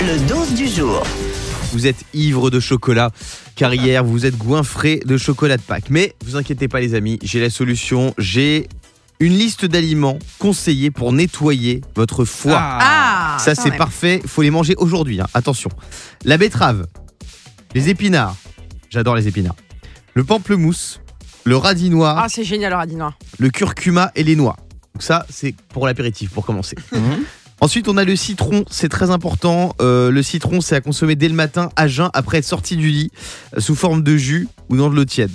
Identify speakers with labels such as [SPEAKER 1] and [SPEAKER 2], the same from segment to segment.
[SPEAKER 1] Le dose du jour.
[SPEAKER 2] Vous êtes ivre de chocolat, car hier vous êtes goinfré de chocolat de Pâques. Mais vous inquiétez pas les amis, j'ai la solution. J'ai une liste d'aliments conseillés pour nettoyer votre foie.
[SPEAKER 3] Ah,
[SPEAKER 2] Ça
[SPEAKER 3] quand
[SPEAKER 2] c'est
[SPEAKER 3] même.
[SPEAKER 2] parfait, faut les manger aujourd'hui, hein. attention. La betterave, les épinards, j'adore les épinards. Le pamplemousse, le radis noir,
[SPEAKER 3] Ah, c'est génial, le radis noir.
[SPEAKER 2] le curcuma et les noix. Donc ça, c'est pour l'apéritif, pour commencer.
[SPEAKER 3] Mhm.
[SPEAKER 2] Ensuite, on a le citron, c'est très important. Euh, le citron, c'est à consommer dès le matin, à jeun, après être sorti du lit, euh, sous forme de jus ou dans de l'eau tiède.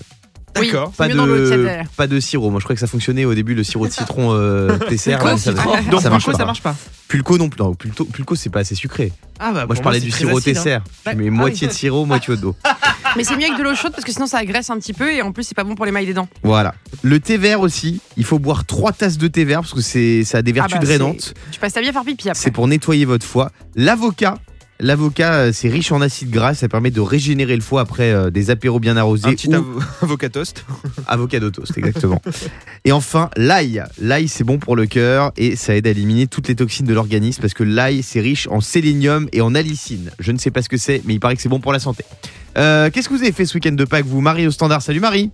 [SPEAKER 3] D'accord.
[SPEAKER 2] Pas
[SPEAKER 3] mieux dans l'eau tiède,
[SPEAKER 2] de,
[SPEAKER 3] d'ailleurs.
[SPEAKER 2] pas de sirop. Moi, je croyais que ça fonctionnait au début, le sirop de citron euh, dessert. là, ça,
[SPEAKER 4] Donc
[SPEAKER 2] ça
[SPEAKER 4] ça
[SPEAKER 2] marche
[SPEAKER 4] ça
[SPEAKER 2] pas.
[SPEAKER 4] marche pas.
[SPEAKER 2] Pulco non plus. Non, Pulto- Pulco, c'est pas assez sucré.
[SPEAKER 4] Ah bah
[SPEAKER 2] Moi, je parlais du sirop dessert. Je
[SPEAKER 4] Ouais.
[SPEAKER 2] mets
[SPEAKER 4] Ah oui.
[SPEAKER 2] moitié de sirop, moitié d'eau.
[SPEAKER 3] Mais c'est mieux avec de l'eau chaude parce que sinon ça agresse un petit peu et en plus c'est pas bon pour les mailles des dents.
[SPEAKER 2] Voilà. Le thé vert aussi. Il faut boire trois tasses de thé vert parce que c'est, ça a des vertus
[SPEAKER 3] Ah bah,
[SPEAKER 2] drainantes.
[SPEAKER 3] c'est- Tu passes ta vie à faire pipi après.
[SPEAKER 2] C'est pour nettoyer votre foie. L'avocat. L'avocat, euh, c'est riche en acides gras, ça permet de régénérer le foie après euh, des apéros bien arrosés
[SPEAKER 4] hein. Un petit
[SPEAKER 2] ou
[SPEAKER 4] avo- avocat toast.
[SPEAKER 2] avocado toast, exactement. et enfin, l'ail. L'ail, c'est bon pour le cœur et ça aide à éliminer toutes les toxines de l'organisme parce que l'ail, c'est riche en sélénium et en allicine. Je ne sais pas ce que c'est, mais il paraît que c'est bon pour la santé. Euh, Qu'est-ce que vous avez fait ce week-end de Pâques Vous, Marie au standard, salut Marie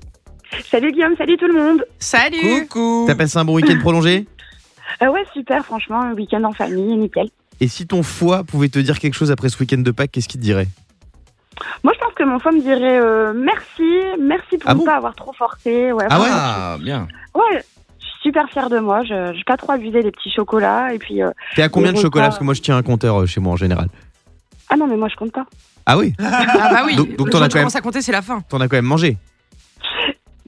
[SPEAKER 5] Salut Guillaume, salut tout le monde.
[SPEAKER 3] Salut
[SPEAKER 4] Coucou.
[SPEAKER 2] T'as passé un bon week-end prolongé
[SPEAKER 5] Euh, ouais, super, franchement, un week-end en famille, nickel.
[SPEAKER 2] Et si ton foie pouvait te dire quelque chose après ce week-end de Pâques, qu'est-ce qu'il te dirait
[SPEAKER 5] Moi, je pense que mon foie me dirait euh, merci, merci pour
[SPEAKER 2] Ah
[SPEAKER 5] ne
[SPEAKER 2] bon
[SPEAKER 5] pas avoir trop forcé. Ouais,
[SPEAKER 2] Ah
[SPEAKER 5] franchement,
[SPEAKER 4] Ah bien.
[SPEAKER 5] ouais, je suis super fière de moi. Je n'ai pas trop abusé des petits chocolats. Et puis, euh,
[SPEAKER 2] T'es à combien de
[SPEAKER 5] Les repas.
[SPEAKER 2] chocolat Parce que moi, je tiens un compteur euh, chez moi en général.
[SPEAKER 5] ah non, mais moi, je compte pas.
[SPEAKER 2] Ah oui
[SPEAKER 3] Ah bah oui,
[SPEAKER 2] Donc- donc
[SPEAKER 3] le
[SPEAKER 2] t'en as
[SPEAKER 3] jour où tu
[SPEAKER 2] quand même-
[SPEAKER 3] commences à compter, c'est la fin.
[SPEAKER 2] T'en as quand même mangé.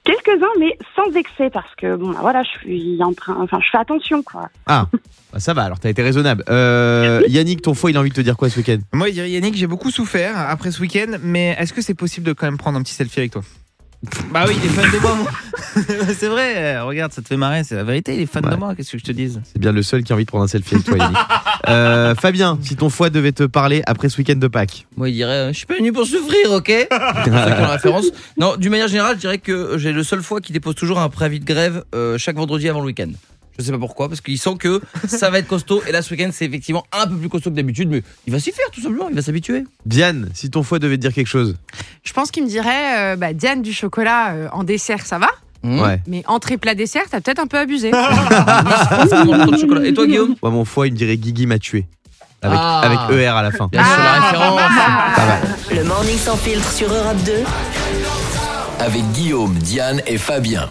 [SPEAKER 5] Quelques-uns, mais sans excès, parce que bon, bah, voilà, je suis en train, enfin, je fais attention, quoi.
[SPEAKER 2] Bah, ça va, alors t'as été raisonnable. Euh, Yannick, ton foie, il a envie de te dire quoi ce week-end
[SPEAKER 4] Moi, je dirais, Yannick, j'ai beaucoup souffert après ce week-end, mais est-ce que c'est possible de quand même prendre un petit selfie avec toi Bah oui, il est fan de moi. moi. c'est vrai. euh, Regarde, ça te fait marrer, c'est la vérité. Il est fan
[SPEAKER 2] Bah Ouais.
[SPEAKER 4] de moi. Qu'est-ce que je te dise
[SPEAKER 2] C'est bien le seul qui a envie de prendre un selfie avec toi, Yannick. Euh, Fabien, si ton foie devait te parler après ce week-end de Pâques.
[SPEAKER 6] Moi, il dirait, euh, je suis pas venu pour souffrir, ok C'est la référence. Non, d'une manière générale, je dirais que euh, j'ai le seul fois qui dépose toujours un préavis de grève euh, chaque vendredi avant le week-end. Je sais pas pourquoi, parce qu'il sent que ça va être costaud. Et là, ce week-end, c'est effectivement un peu plus costaud que d'habitude, mais il va s'y faire, tout simplement. Il va s'habituer.
[SPEAKER 2] Diane, si ton foie devait te dire quelque chose.
[SPEAKER 3] Je pense qu'il me dirait, euh, bah, Diane, du chocolat euh, en dessert, ça va
[SPEAKER 6] Mmh.
[SPEAKER 2] Ouais.
[SPEAKER 3] Mais entrée plat dessert, t'as peut-être un peu abusé.
[SPEAKER 6] Ça prend autant de chocolat. Et toi, Guillaume
[SPEAKER 2] Moi, mon foie, il me dirait Guigui m'a tué. Avec,
[SPEAKER 6] Ah.
[SPEAKER 2] avec ER à la fin.
[SPEAKER 6] Bien sûr, la
[SPEAKER 3] Ah,
[SPEAKER 6] référence.
[SPEAKER 2] Pas mal.
[SPEAKER 1] Le morning sans filtre sur Europe 2.
[SPEAKER 7] avec Guillaume, Diane et Fabien.